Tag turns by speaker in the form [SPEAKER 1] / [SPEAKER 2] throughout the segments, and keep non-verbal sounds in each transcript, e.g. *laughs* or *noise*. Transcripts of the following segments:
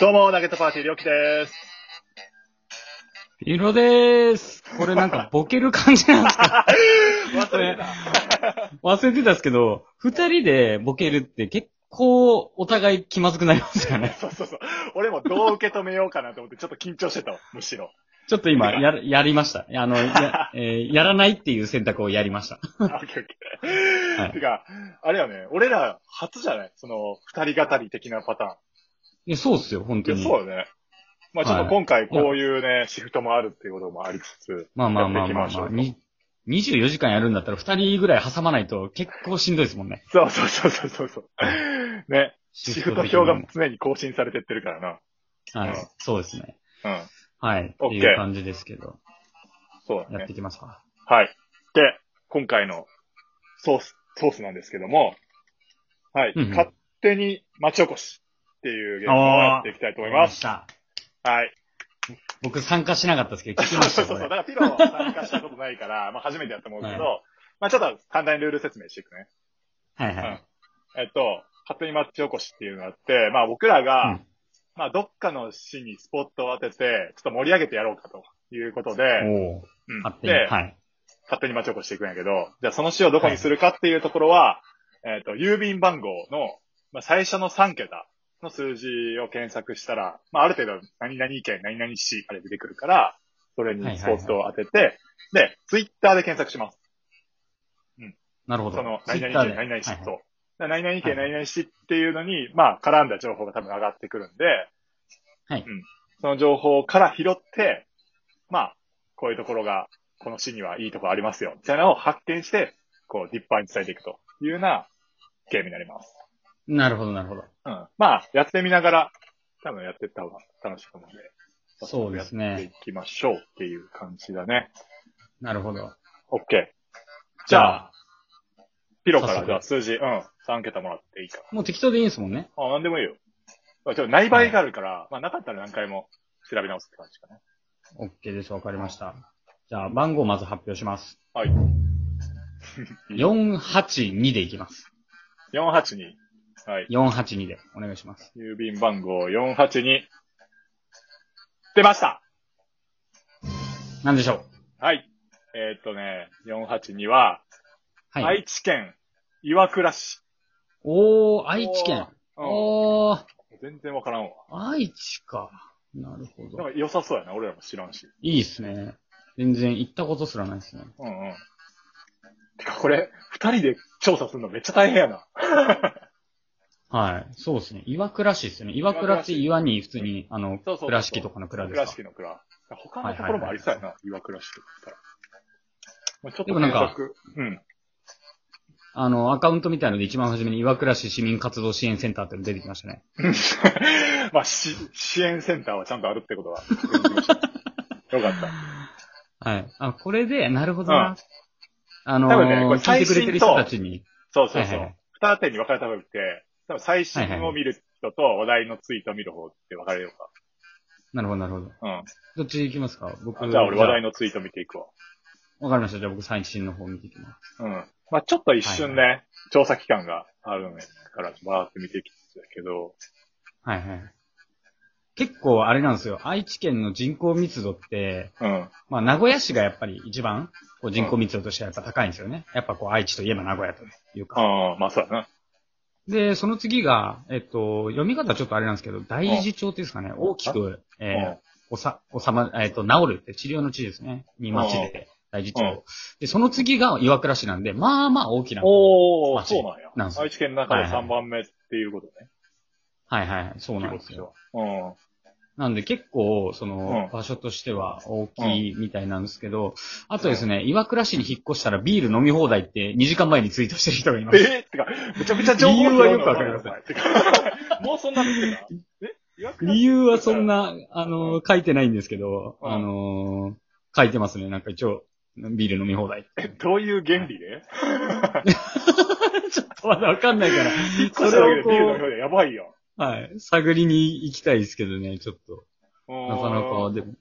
[SPEAKER 1] どうも、ナゲットパーティー、りょうきです。
[SPEAKER 2] ピロでーす。これなんかボケる感じなんですか
[SPEAKER 1] 忘れてた。 *laughs*
[SPEAKER 2] 忘れてたんですけど、二人でボケるって結構お互い気まずくなりま
[SPEAKER 1] *laughs*
[SPEAKER 2] すよね。
[SPEAKER 1] そうそうそう。俺もどう受け止めようかなと思って、ちょっと緊張してたわ、むし *laughs* ろ。
[SPEAKER 2] ちょっと今、やる、やりました。あの、や, 、 *laughs* えーやらないっていう選択をやりました。
[SPEAKER 1] あオッケーオッケー
[SPEAKER 2] はい
[SPEAKER 1] てか、あれよね、俺ら初じゃないその、二人語り的なパタ
[SPEAKER 2] いやそうっすよ、本
[SPEAKER 1] ー
[SPEAKER 2] 当
[SPEAKER 1] ン。い
[SPEAKER 2] に。
[SPEAKER 1] や、そうよね。まあちょっと今回こういうね、シフトもあるっていうこともありつつ、
[SPEAKER 2] まあまあま
[SPEAKER 1] やっ
[SPEAKER 2] あまあ
[SPEAKER 1] ていきましょ
[SPEAKER 2] ま
[SPEAKER 1] う
[SPEAKER 2] あ、
[SPEAKER 1] と
[SPEAKER 2] に24時間やるんだったら二人ぐらい挟まないと結構しんどいですもんね。
[SPEAKER 1] そうそうそうそうそうそう。ね、シフト表が
[SPEAKER 2] シフト的
[SPEAKER 1] 常に更新されてってるから
[SPEAKER 2] にもは
[SPEAKER 1] うん
[SPEAKER 2] い、そうですね。
[SPEAKER 1] な。うん。
[SPEAKER 2] はい、
[SPEAKER 1] オッ
[SPEAKER 2] っ
[SPEAKER 1] ケ
[SPEAKER 2] て
[SPEAKER 1] ー
[SPEAKER 2] いう感じですけど、
[SPEAKER 1] そうだ
[SPEAKER 2] やっ
[SPEAKER 1] ね
[SPEAKER 2] て。いきますか。
[SPEAKER 1] はい。で、今回のソース、ソースなんですけども、はい。
[SPEAKER 2] うんうん
[SPEAKER 1] 勝手に町おこしっていうゲームをやっていきたいと思います。
[SPEAKER 2] わかりました。
[SPEAKER 1] はい。
[SPEAKER 2] 僕参加しなかったですけど、聞き
[SPEAKER 1] そう
[SPEAKER 2] まし
[SPEAKER 1] そ
[SPEAKER 2] た
[SPEAKER 1] う *laughs* そ
[SPEAKER 2] よ、こ
[SPEAKER 1] う。だ
[SPEAKER 2] れ
[SPEAKER 1] からピロー参加したことない
[SPEAKER 2] *laughs*
[SPEAKER 1] から、まあ初めてやったと思うけど、まあちょっと簡単にルール説明していくね。
[SPEAKER 2] はいは
[SPEAKER 1] う
[SPEAKER 2] い
[SPEAKER 1] ん。えっと、勝手に町おこしっていうのがあって、まあ僕らが、
[SPEAKER 2] うん
[SPEAKER 1] まあどっかの市にスポットを当てて、ちょっと盛り上げてやろうかということで、
[SPEAKER 2] おお、
[SPEAKER 1] うん
[SPEAKER 2] 勝手に。
[SPEAKER 1] で、
[SPEAKER 2] はい。
[SPEAKER 1] 勝手に町おこしていくんやけど、じゃあその市をどこにするかっていうところは、えっ、と、郵便番号の、まあ、最初の3桁の数字を検索したら、まあ、ある程度、何々県、何々市、あれ出てくるから、それにスポットを当てて、で、ツイッターで検索します。
[SPEAKER 2] なるほど。
[SPEAKER 1] その、何
[SPEAKER 2] Twitter
[SPEAKER 1] 々
[SPEAKER 2] で
[SPEAKER 1] 県、何々市、
[SPEAKER 2] はいはい
[SPEAKER 1] そう。だから何々
[SPEAKER 2] は
[SPEAKER 1] 県、
[SPEAKER 2] いはい
[SPEAKER 1] 何々市っていうのに、まあ、絡んだ情報が多分上がってくるんで、
[SPEAKER 2] はい
[SPEAKER 1] うん。その情報から拾って、まあ、こういうところが、この市にはいいところありますよ、みたいなのを発見して、こう、ディッパーに伝えていくというようなゲームになります。
[SPEAKER 2] なるほど、なるほど。
[SPEAKER 1] うん。まあ、やってみながら、多分やっていった方が楽しいと思うんで、
[SPEAKER 2] そうです
[SPEAKER 1] やってい
[SPEAKER 2] ね。
[SPEAKER 1] きましょうっていう感じだね。
[SPEAKER 2] なるほど。
[SPEAKER 1] OK。じゃあ、
[SPEAKER 2] あ、
[SPEAKER 1] ピロから
[SPEAKER 2] 早速
[SPEAKER 1] じゃあ数字、うん、3桁もらっていいかな。
[SPEAKER 2] もう適当でいいんですもんね。
[SPEAKER 1] あ、なんでもいいよ。まあちょっと内倍があるから、まあなかったら何回も調べ直すって感じかね。
[SPEAKER 2] OK です。わかりました。じゃあ、番号まず発表します。
[SPEAKER 1] はい。
[SPEAKER 2] 482でいきます。
[SPEAKER 1] 482。はい。
[SPEAKER 2] 482でお願いします。
[SPEAKER 1] 郵便番号482。出ました
[SPEAKER 2] なんでしょう
[SPEAKER 1] はい。えーっとね、482は、
[SPEAKER 2] はい。
[SPEAKER 1] 愛知県岩倉市。
[SPEAKER 2] おー、愛知県。
[SPEAKER 1] うん
[SPEAKER 2] おー、
[SPEAKER 1] 全然わからんわ。
[SPEAKER 2] 愛知か。なるほ
[SPEAKER 1] なん
[SPEAKER 2] ど。
[SPEAKER 1] か良さそうやな、俺らも知らんし。
[SPEAKER 2] いいっすね。全然行ったことすらないですね。
[SPEAKER 1] うんうん。てかこれ、二人で調査するのめっちゃ大変やな。
[SPEAKER 2] はい。そうですね。岩倉市ですよね。岩倉って岩に普通に、あ
[SPEAKER 1] そ
[SPEAKER 2] の、
[SPEAKER 1] うそうそうそう
[SPEAKER 2] 倉敷とかの倉です
[SPEAKER 1] 倉
[SPEAKER 2] か
[SPEAKER 1] 敷の倉。他のところもありそうやな、岩倉市とか言ったら。まあ、ちょっと
[SPEAKER 2] でもなんか
[SPEAKER 1] 検索うん。
[SPEAKER 2] あの、アカウントみたいので一番初めに岩倉市市民活動支援センターっての出てきましたね。
[SPEAKER 1] *laughs* まあ、し、支援センターはちゃんとあるってことは確認できました。よかった。
[SPEAKER 2] はい。あ、これで、なるほど
[SPEAKER 1] う
[SPEAKER 2] な。あの
[SPEAKER 1] 多分ねこれ
[SPEAKER 2] ー、聞いてくれてる人たちに。
[SPEAKER 1] そうそうそう。二、
[SPEAKER 2] はいはい
[SPEAKER 1] 手に分かれた分って、多分最新を見る人と話題のツイートを見る方って分かれよう
[SPEAKER 2] なるほど、なるほど。
[SPEAKER 1] か。
[SPEAKER 2] どっち行きますか僕。
[SPEAKER 1] うん。じゃあ俺話題のツイート見ていくわ。
[SPEAKER 2] わかりました。じゃあ僕最新の方見ていきます。
[SPEAKER 1] うん。まあ、ちょっと一瞬ね、調査期間があるのでから、バーって見ていきつつだけど、
[SPEAKER 2] はいはい。結構あれなんですよ。愛知県の人口密度って、
[SPEAKER 1] うん。
[SPEAKER 2] まあ名古屋市がやっぱり一番こう人口密度としてはやっぱ高いんですよね。やっぱこう愛知といえば名古屋というか。
[SPEAKER 1] ああ、まあそうやな。
[SPEAKER 2] で、その次が、えっと、読み方ちょっとあれなんですけど、大事町っていうんですかね、大きく、
[SPEAKER 1] うん
[SPEAKER 2] えー、おさ、おさま、えっと、治るって治療の治ですね。に町で、大事
[SPEAKER 1] うん
[SPEAKER 2] 町。で、その次が岩倉市なんで、まあまあ大きな。は
[SPEAKER 1] おー、
[SPEAKER 2] マジ
[SPEAKER 1] そうなんや。
[SPEAKER 2] なんすよ
[SPEAKER 1] 愛知県の中で
[SPEAKER 2] はいはい
[SPEAKER 1] 3番目っていうことね。
[SPEAKER 2] いはい、そうなんです
[SPEAKER 1] 規模
[SPEAKER 2] よ。
[SPEAKER 1] としては
[SPEAKER 2] なんで結構、その
[SPEAKER 1] うん、
[SPEAKER 2] 場所としては大きいみたいなんですけど、あとですね、岩倉市に引っ越したらビール飲み放題って2時間前にツイートしてる人がいま
[SPEAKER 1] うん。
[SPEAKER 2] す。
[SPEAKER 1] えー、ってか、めちゃめちゃ情報量の
[SPEAKER 2] 理由はよくわかりません
[SPEAKER 1] てかもうそんな見てたえ岩倉
[SPEAKER 2] 理由はそんな、あの、書いてないんですけど、
[SPEAKER 1] うん
[SPEAKER 2] あの、書いてますね。なんか一応、ビール飲み放題って。
[SPEAKER 1] どういう原理で
[SPEAKER 2] *laughs* ちょっとまだわかんないから、そ
[SPEAKER 1] それ
[SPEAKER 2] れ
[SPEAKER 1] を
[SPEAKER 2] をこ
[SPEAKER 1] ビールの
[SPEAKER 2] う、
[SPEAKER 1] 量でやばいよ。
[SPEAKER 2] はい、探りに行きたいですけどね、ちょっと。
[SPEAKER 1] *laughs* な
[SPEAKER 2] なかなか、でも、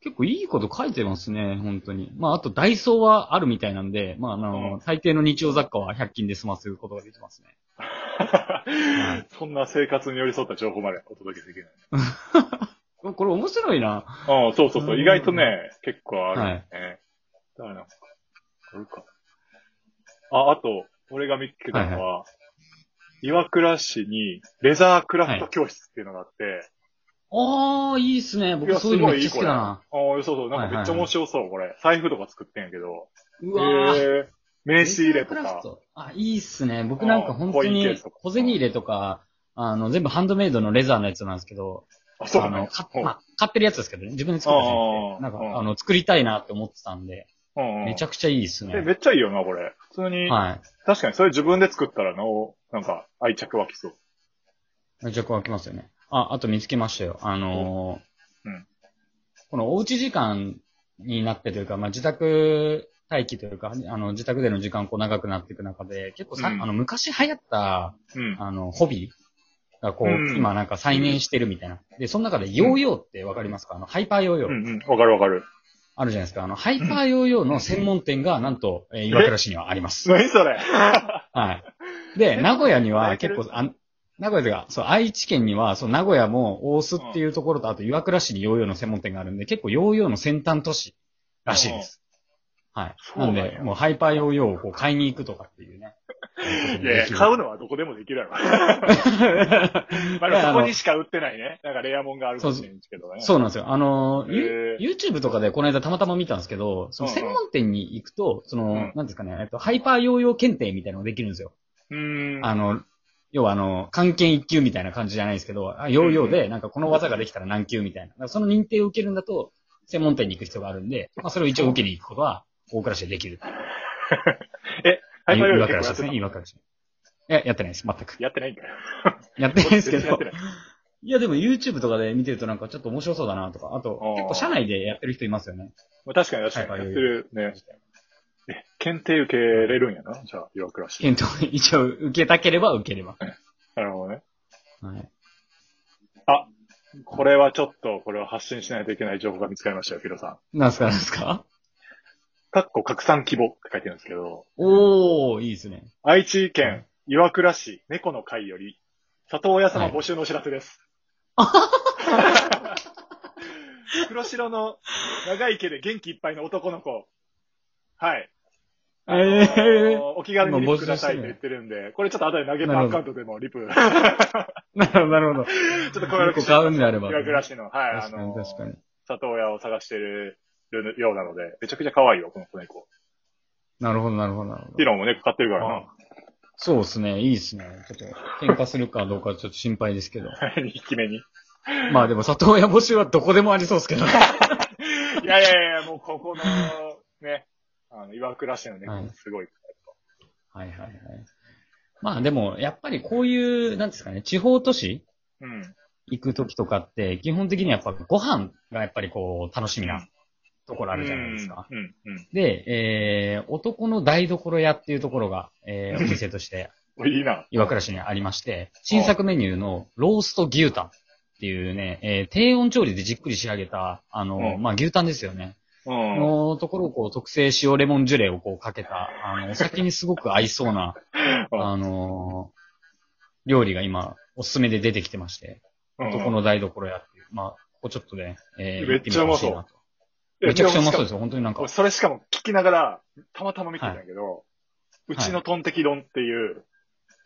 [SPEAKER 2] 結構いいこと書いてますね、本当に。まあ、あとダイソーはあるみたいなんで、まあ、あの、
[SPEAKER 1] うん
[SPEAKER 2] 大抵の日用雑貨は100均で済ませることができますね。
[SPEAKER 1] そんな生活に寄り添った情報までお届けできない。
[SPEAKER 2] これこれ面白いな。
[SPEAKER 1] うん、そうそうそうう。
[SPEAKER 2] ん
[SPEAKER 1] 意外とね、結構あるよね。だからなんか、あるか。あ、あと、俺が見つけたのは、岩倉市にレザークラフト教室っていうのがあって、
[SPEAKER 2] ああ、いいっすね。
[SPEAKER 1] い
[SPEAKER 2] 僕
[SPEAKER 1] や
[SPEAKER 2] そういうのめっちゃ
[SPEAKER 1] す
[SPEAKER 2] 好
[SPEAKER 1] ごいいい
[SPEAKER 2] きだな。
[SPEAKER 1] ああ、そうそう、なんかめっちゃ面白そう、これ。財布とか作ってんやけど。
[SPEAKER 2] う
[SPEAKER 1] へ
[SPEAKER 2] わー
[SPEAKER 1] え名刺入れと
[SPEAKER 2] レザークラ
[SPEAKER 1] か
[SPEAKER 2] フ。ト。あ、いいっすね。僕なんか本当
[SPEAKER 1] あーコインケー
[SPEAKER 2] に
[SPEAKER 1] スとか
[SPEAKER 2] 小銭入れとか、あの、全部ハンドメイドのレザーのやつなんですけど、
[SPEAKER 1] あ、そう
[SPEAKER 2] あ
[SPEAKER 1] な
[SPEAKER 2] の、
[SPEAKER 1] の
[SPEAKER 2] かまあ買ってるやつですけどね、自分で作ったじゃ
[SPEAKER 1] あー
[SPEAKER 2] なくて、なん
[SPEAKER 1] うん
[SPEAKER 2] か、あの、作りたいなって思ってたんで、
[SPEAKER 1] うんうん
[SPEAKER 2] めちゃくちゃいいっすね
[SPEAKER 1] え、。めっちゃいいよな、これ。普通に、
[SPEAKER 2] は
[SPEAKER 1] 確かにそれ自分で作ったらなお、なんか愛着湧きそう。
[SPEAKER 2] い。じゃあ、こう開きますよね。あ、あと見つけましたよ。あのー
[SPEAKER 1] おうん
[SPEAKER 2] このおうち時間になってというか、まあ、自宅待機というか、あの、自宅での時間こう長くなっていく中で、結構さ、
[SPEAKER 1] うん
[SPEAKER 2] あの、昔流行った、
[SPEAKER 1] うん。
[SPEAKER 2] あの、ホビーがこう、
[SPEAKER 1] うん
[SPEAKER 2] 今なんか再燃してるみたいな。で、その中でヨーヨーってわかりますかあの、ハイパーヨーヨ
[SPEAKER 1] う
[SPEAKER 2] ー
[SPEAKER 1] んうん。わかるわかる。
[SPEAKER 2] あるじゃないですか。あの、ハイパーヨーヨーの専門店がなんと、えー岩倉市にはあります。
[SPEAKER 1] 何それ
[SPEAKER 2] はい。
[SPEAKER 1] *laughs*
[SPEAKER 2] で、名古屋に
[SPEAKER 1] え
[SPEAKER 2] は
[SPEAKER 1] ー知って
[SPEAKER 2] 結
[SPEAKER 1] る
[SPEAKER 2] 構、あん名古屋というか、そう、愛知県には、そう、名古屋も大須っていうところと、あと岩倉市にヨーヨーの専門店があるんで、結構ヨーヨーの先端都市らしいです。はい。
[SPEAKER 1] そう
[SPEAKER 2] な
[SPEAKER 1] なんんや
[SPEAKER 2] で、もうハイパーヨーヨーをこう買いに行くとかっていうね。
[SPEAKER 1] いやい
[SPEAKER 2] *laughs*
[SPEAKER 1] や、買うのはどこでもできるやろ。まあでも、そこにしか売ってないね。なんかレアもんがあるかもしれんけどね。
[SPEAKER 2] そうなんですよ。あの、
[SPEAKER 1] へー
[SPEAKER 2] you- YouTube とかでこの間たまたま見たんですけど、その
[SPEAKER 1] うんうん
[SPEAKER 2] 専門店に行くと、その、
[SPEAKER 1] うん
[SPEAKER 2] なんですかね、えっと、ハイパーヨーヨー検定みたいなのができるんですよ。
[SPEAKER 1] うーん。
[SPEAKER 2] あの、要はあの、関係一級みたいな感じじゃないですけど、あヨーヨーで、なんかこの技ができたら何級みたいな。だからその認定を受けるんだと、専門店に行く必要があるんで、まあそれを一応受けに行くことは、大倉市でできる。
[SPEAKER 1] ハイパーヨーヨー結構やって
[SPEAKER 2] 岩倉市ですね、岩倉市。いや、やってないです、全く。
[SPEAKER 1] たやってないんかよ。
[SPEAKER 2] やってないですけ
[SPEAKER 1] 全然やって。
[SPEAKER 2] ど
[SPEAKER 1] ない。
[SPEAKER 2] *laughs* いや、でも YouTube とかで見てるとなんかちょっと面白そうだなとか、あと
[SPEAKER 1] あー、
[SPEAKER 2] 結構社内でやってる人いますよね。
[SPEAKER 1] まあ確かに確かに。やってるね。え、検定受けれるんやなじゃあ、岩倉市。
[SPEAKER 2] 検討、 *laughs* 一応受けたければ受ければ。
[SPEAKER 1] なるほどね。
[SPEAKER 2] はい。
[SPEAKER 1] これはちょっと、これは発信しないといけない情報が見つかりましたよ、ヒロさん。
[SPEAKER 2] なんすか、なんすか
[SPEAKER 1] かっこ拡散希望って書いてるんですけど、
[SPEAKER 2] おー、いいですね。
[SPEAKER 1] 愛知県岩倉市猫の会より、里親様募集のお知らせです。黒白の長い毛で元気いっぱいの男の子。はい。あ
[SPEAKER 2] えー。
[SPEAKER 1] のお気軽にリプくださいって言ってるんで、これちょっと後で投げたアカウントでもリプ、ちょ
[SPEAKER 2] *laughs* なるほど、なる
[SPEAKER 1] っ
[SPEAKER 2] ほど。
[SPEAKER 1] とこれ
[SPEAKER 2] 結構買うんであれば。
[SPEAKER 1] 岩倉市の、はい、あ
[SPEAKER 2] 確か
[SPEAKER 1] の
[SPEAKER 2] に、、確かに。
[SPEAKER 1] 里親を探してるようなので、めちゃくちゃ可愛いよ、この子猫。
[SPEAKER 2] なるほど、なるほど、なるほ
[SPEAKER 1] ティ
[SPEAKER 2] ど。
[SPEAKER 1] ロンも猫飼ってるから *laughs* な。
[SPEAKER 2] そうですね、いいですね。ちょっと、喧嘩するかどうかちょっと心配です *laughs* けど。
[SPEAKER 1] 2匹目に。
[SPEAKER 2] まあでも、里親募集はどこでもありそうです *laughs* けど。
[SPEAKER 1] いやいやいや、もうここの、ね、あの、岩倉市の猫もすごい。
[SPEAKER 2] はいはいはい。まあでも、やっぱりこういう、なんですかね、地方都市
[SPEAKER 1] うん。
[SPEAKER 2] 行く時とかって、基本的にやっぱご飯がやっぱりこう、楽しみなところあるじゃないですか。
[SPEAKER 1] うん。うん。
[SPEAKER 2] で、えー、男の台所屋っていうところが、えー、お店として、
[SPEAKER 1] うん。いいな。
[SPEAKER 2] 岩倉市にありまして、新作メニューのロースト牛タンっていうね、えー低温調理でじっくり仕上げた、あの、
[SPEAKER 1] うん
[SPEAKER 2] まあ、牛タンですよね。
[SPEAKER 1] うん。
[SPEAKER 2] のところをこう、特製塩レモンジュレをこうかけた、あの、お酒にすごく合いそうな、
[SPEAKER 1] *laughs* うん
[SPEAKER 2] あの料理が今、おすすめで出てきてまして、男
[SPEAKER 1] の、
[SPEAKER 2] の台所やっていう。まあ、ここちょっとね、えー、
[SPEAKER 1] めっちゃうまそう
[SPEAKER 2] 行ってみてほしいなとめちゃくちゃうまそうですすよ。本当になんか
[SPEAKER 1] 俺、それしかも聞きながら、たまたま見てたんだけど、うちのトンテキ丼っていう、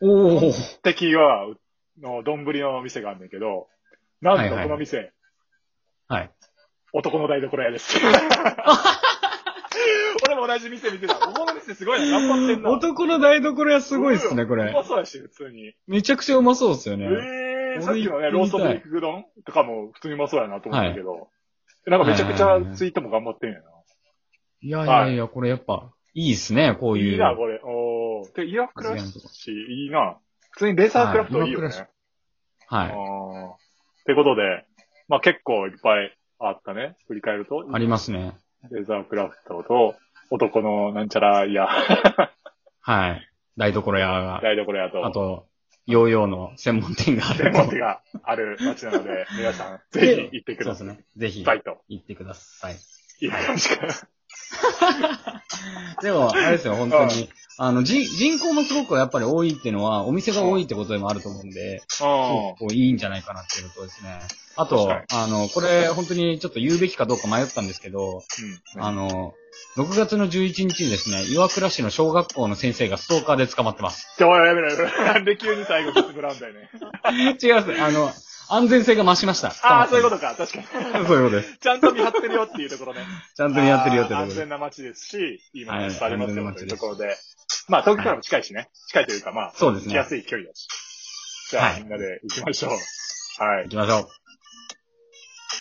[SPEAKER 2] おー
[SPEAKER 1] テキが、の丼の店があるんだけど、なんとこの店、
[SPEAKER 2] はい。
[SPEAKER 1] 男の台所屋
[SPEAKER 2] *laughs*
[SPEAKER 1] です。俺も同じ店見てた。ここの店すごいな。頑張ってんな。
[SPEAKER 2] 男の台所屋すごいっすね、こ
[SPEAKER 1] う
[SPEAKER 2] れ
[SPEAKER 1] ま。そうやし、普通に。
[SPEAKER 2] めちゃくちゃうまそうっすよね。
[SPEAKER 1] ええ
[SPEAKER 2] 俺
[SPEAKER 1] さっきのね、ローストビーフ丼とかも普通にうまそうやなと思ったけど、なんかめちゃくち
[SPEAKER 2] はい
[SPEAKER 1] ゃ
[SPEAKER 2] はいはいはい
[SPEAKER 1] ツイートも頑張ってんやな。
[SPEAKER 2] いやいやいや、これやっぱ、いいっすね、こういう。
[SPEAKER 1] いいな、これ。おー。で、イラクラ
[SPEAKER 2] 発言とか
[SPEAKER 1] シ、いいな。普通にレーサークラフトいいよね。
[SPEAKER 2] はいイラは
[SPEAKER 1] あ
[SPEAKER 2] い。
[SPEAKER 1] ーってことで、まあ結構いっぱいあったね。振り返ると。
[SPEAKER 2] ありますね。
[SPEAKER 1] レーザークラフトと、男のなんちゃら、いや、
[SPEAKER 2] はい。台所屋が。
[SPEAKER 1] 台所やと。
[SPEAKER 2] あと、ヨーヨーの専門店があ
[SPEAKER 1] 専
[SPEAKER 2] る
[SPEAKER 1] 門
[SPEAKER 2] と
[SPEAKER 1] 店。がある街なので、皆さん、ぜひ行ってくださ
[SPEAKER 2] そうですね。ぜひ
[SPEAKER 1] い。、バイト。
[SPEAKER 2] 行ってください。
[SPEAKER 1] いい感じかな。
[SPEAKER 2] でも、あれですよ、本当に。あの、人、人口もすごくやっぱり多いっていうのは、お店が多いってことでもあると思うんで、
[SPEAKER 1] うん。
[SPEAKER 2] 結構いいんじゃないかなっていうのとですね。あ
[SPEAKER 1] 確
[SPEAKER 2] と
[SPEAKER 1] かに、
[SPEAKER 2] あの、これ、本当にちょっと言うべきかどうか迷ったんですけど、
[SPEAKER 1] うん。
[SPEAKER 2] あの、6月の11日にですね、岩倉市の小学校の先生がストーカーで捕まってます。
[SPEAKER 1] じゃあ、おいやめろやめろ。なんで急に最後、くすぐらんだよね。
[SPEAKER 2] 違います。あの、安全性が増しました。
[SPEAKER 1] ああ、そういうこと
[SPEAKER 2] と。
[SPEAKER 1] か。確かに。
[SPEAKER 2] そういうことです。
[SPEAKER 1] *laughs* ちゃんと見張ってるよっていうところね。
[SPEAKER 2] ちゃんとやってるよって
[SPEAKER 1] あー
[SPEAKER 2] こ
[SPEAKER 1] 安
[SPEAKER 2] とで
[SPEAKER 1] 全。な街ですし、いい街
[SPEAKER 2] はい
[SPEAKER 1] 伝わります
[SPEAKER 2] 安全な
[SPEAKER 1] よ
[SPEAKER 2] 街
[SPEAKER 1] と
[SPEAKER 2] で
[SPEAKER 1] い
[SPEAKER 2] す
[SPEAKER 1] うところで。まあ、東京からも近いしね。近いというか、まあ、
[SPEAKER 2] そうです
[SPEAKER 1] 来や
[SPEAKER 2] ね。
[SPEAKER 1] すい距離だし。じゃ
[SPEAKER 2] は
[SPEAKER 1] あ、
[SPEAKER 2] い
[SPEAKER 1] みんなで行きましょう。はい
[SPEAKER 2] 行。きましょう。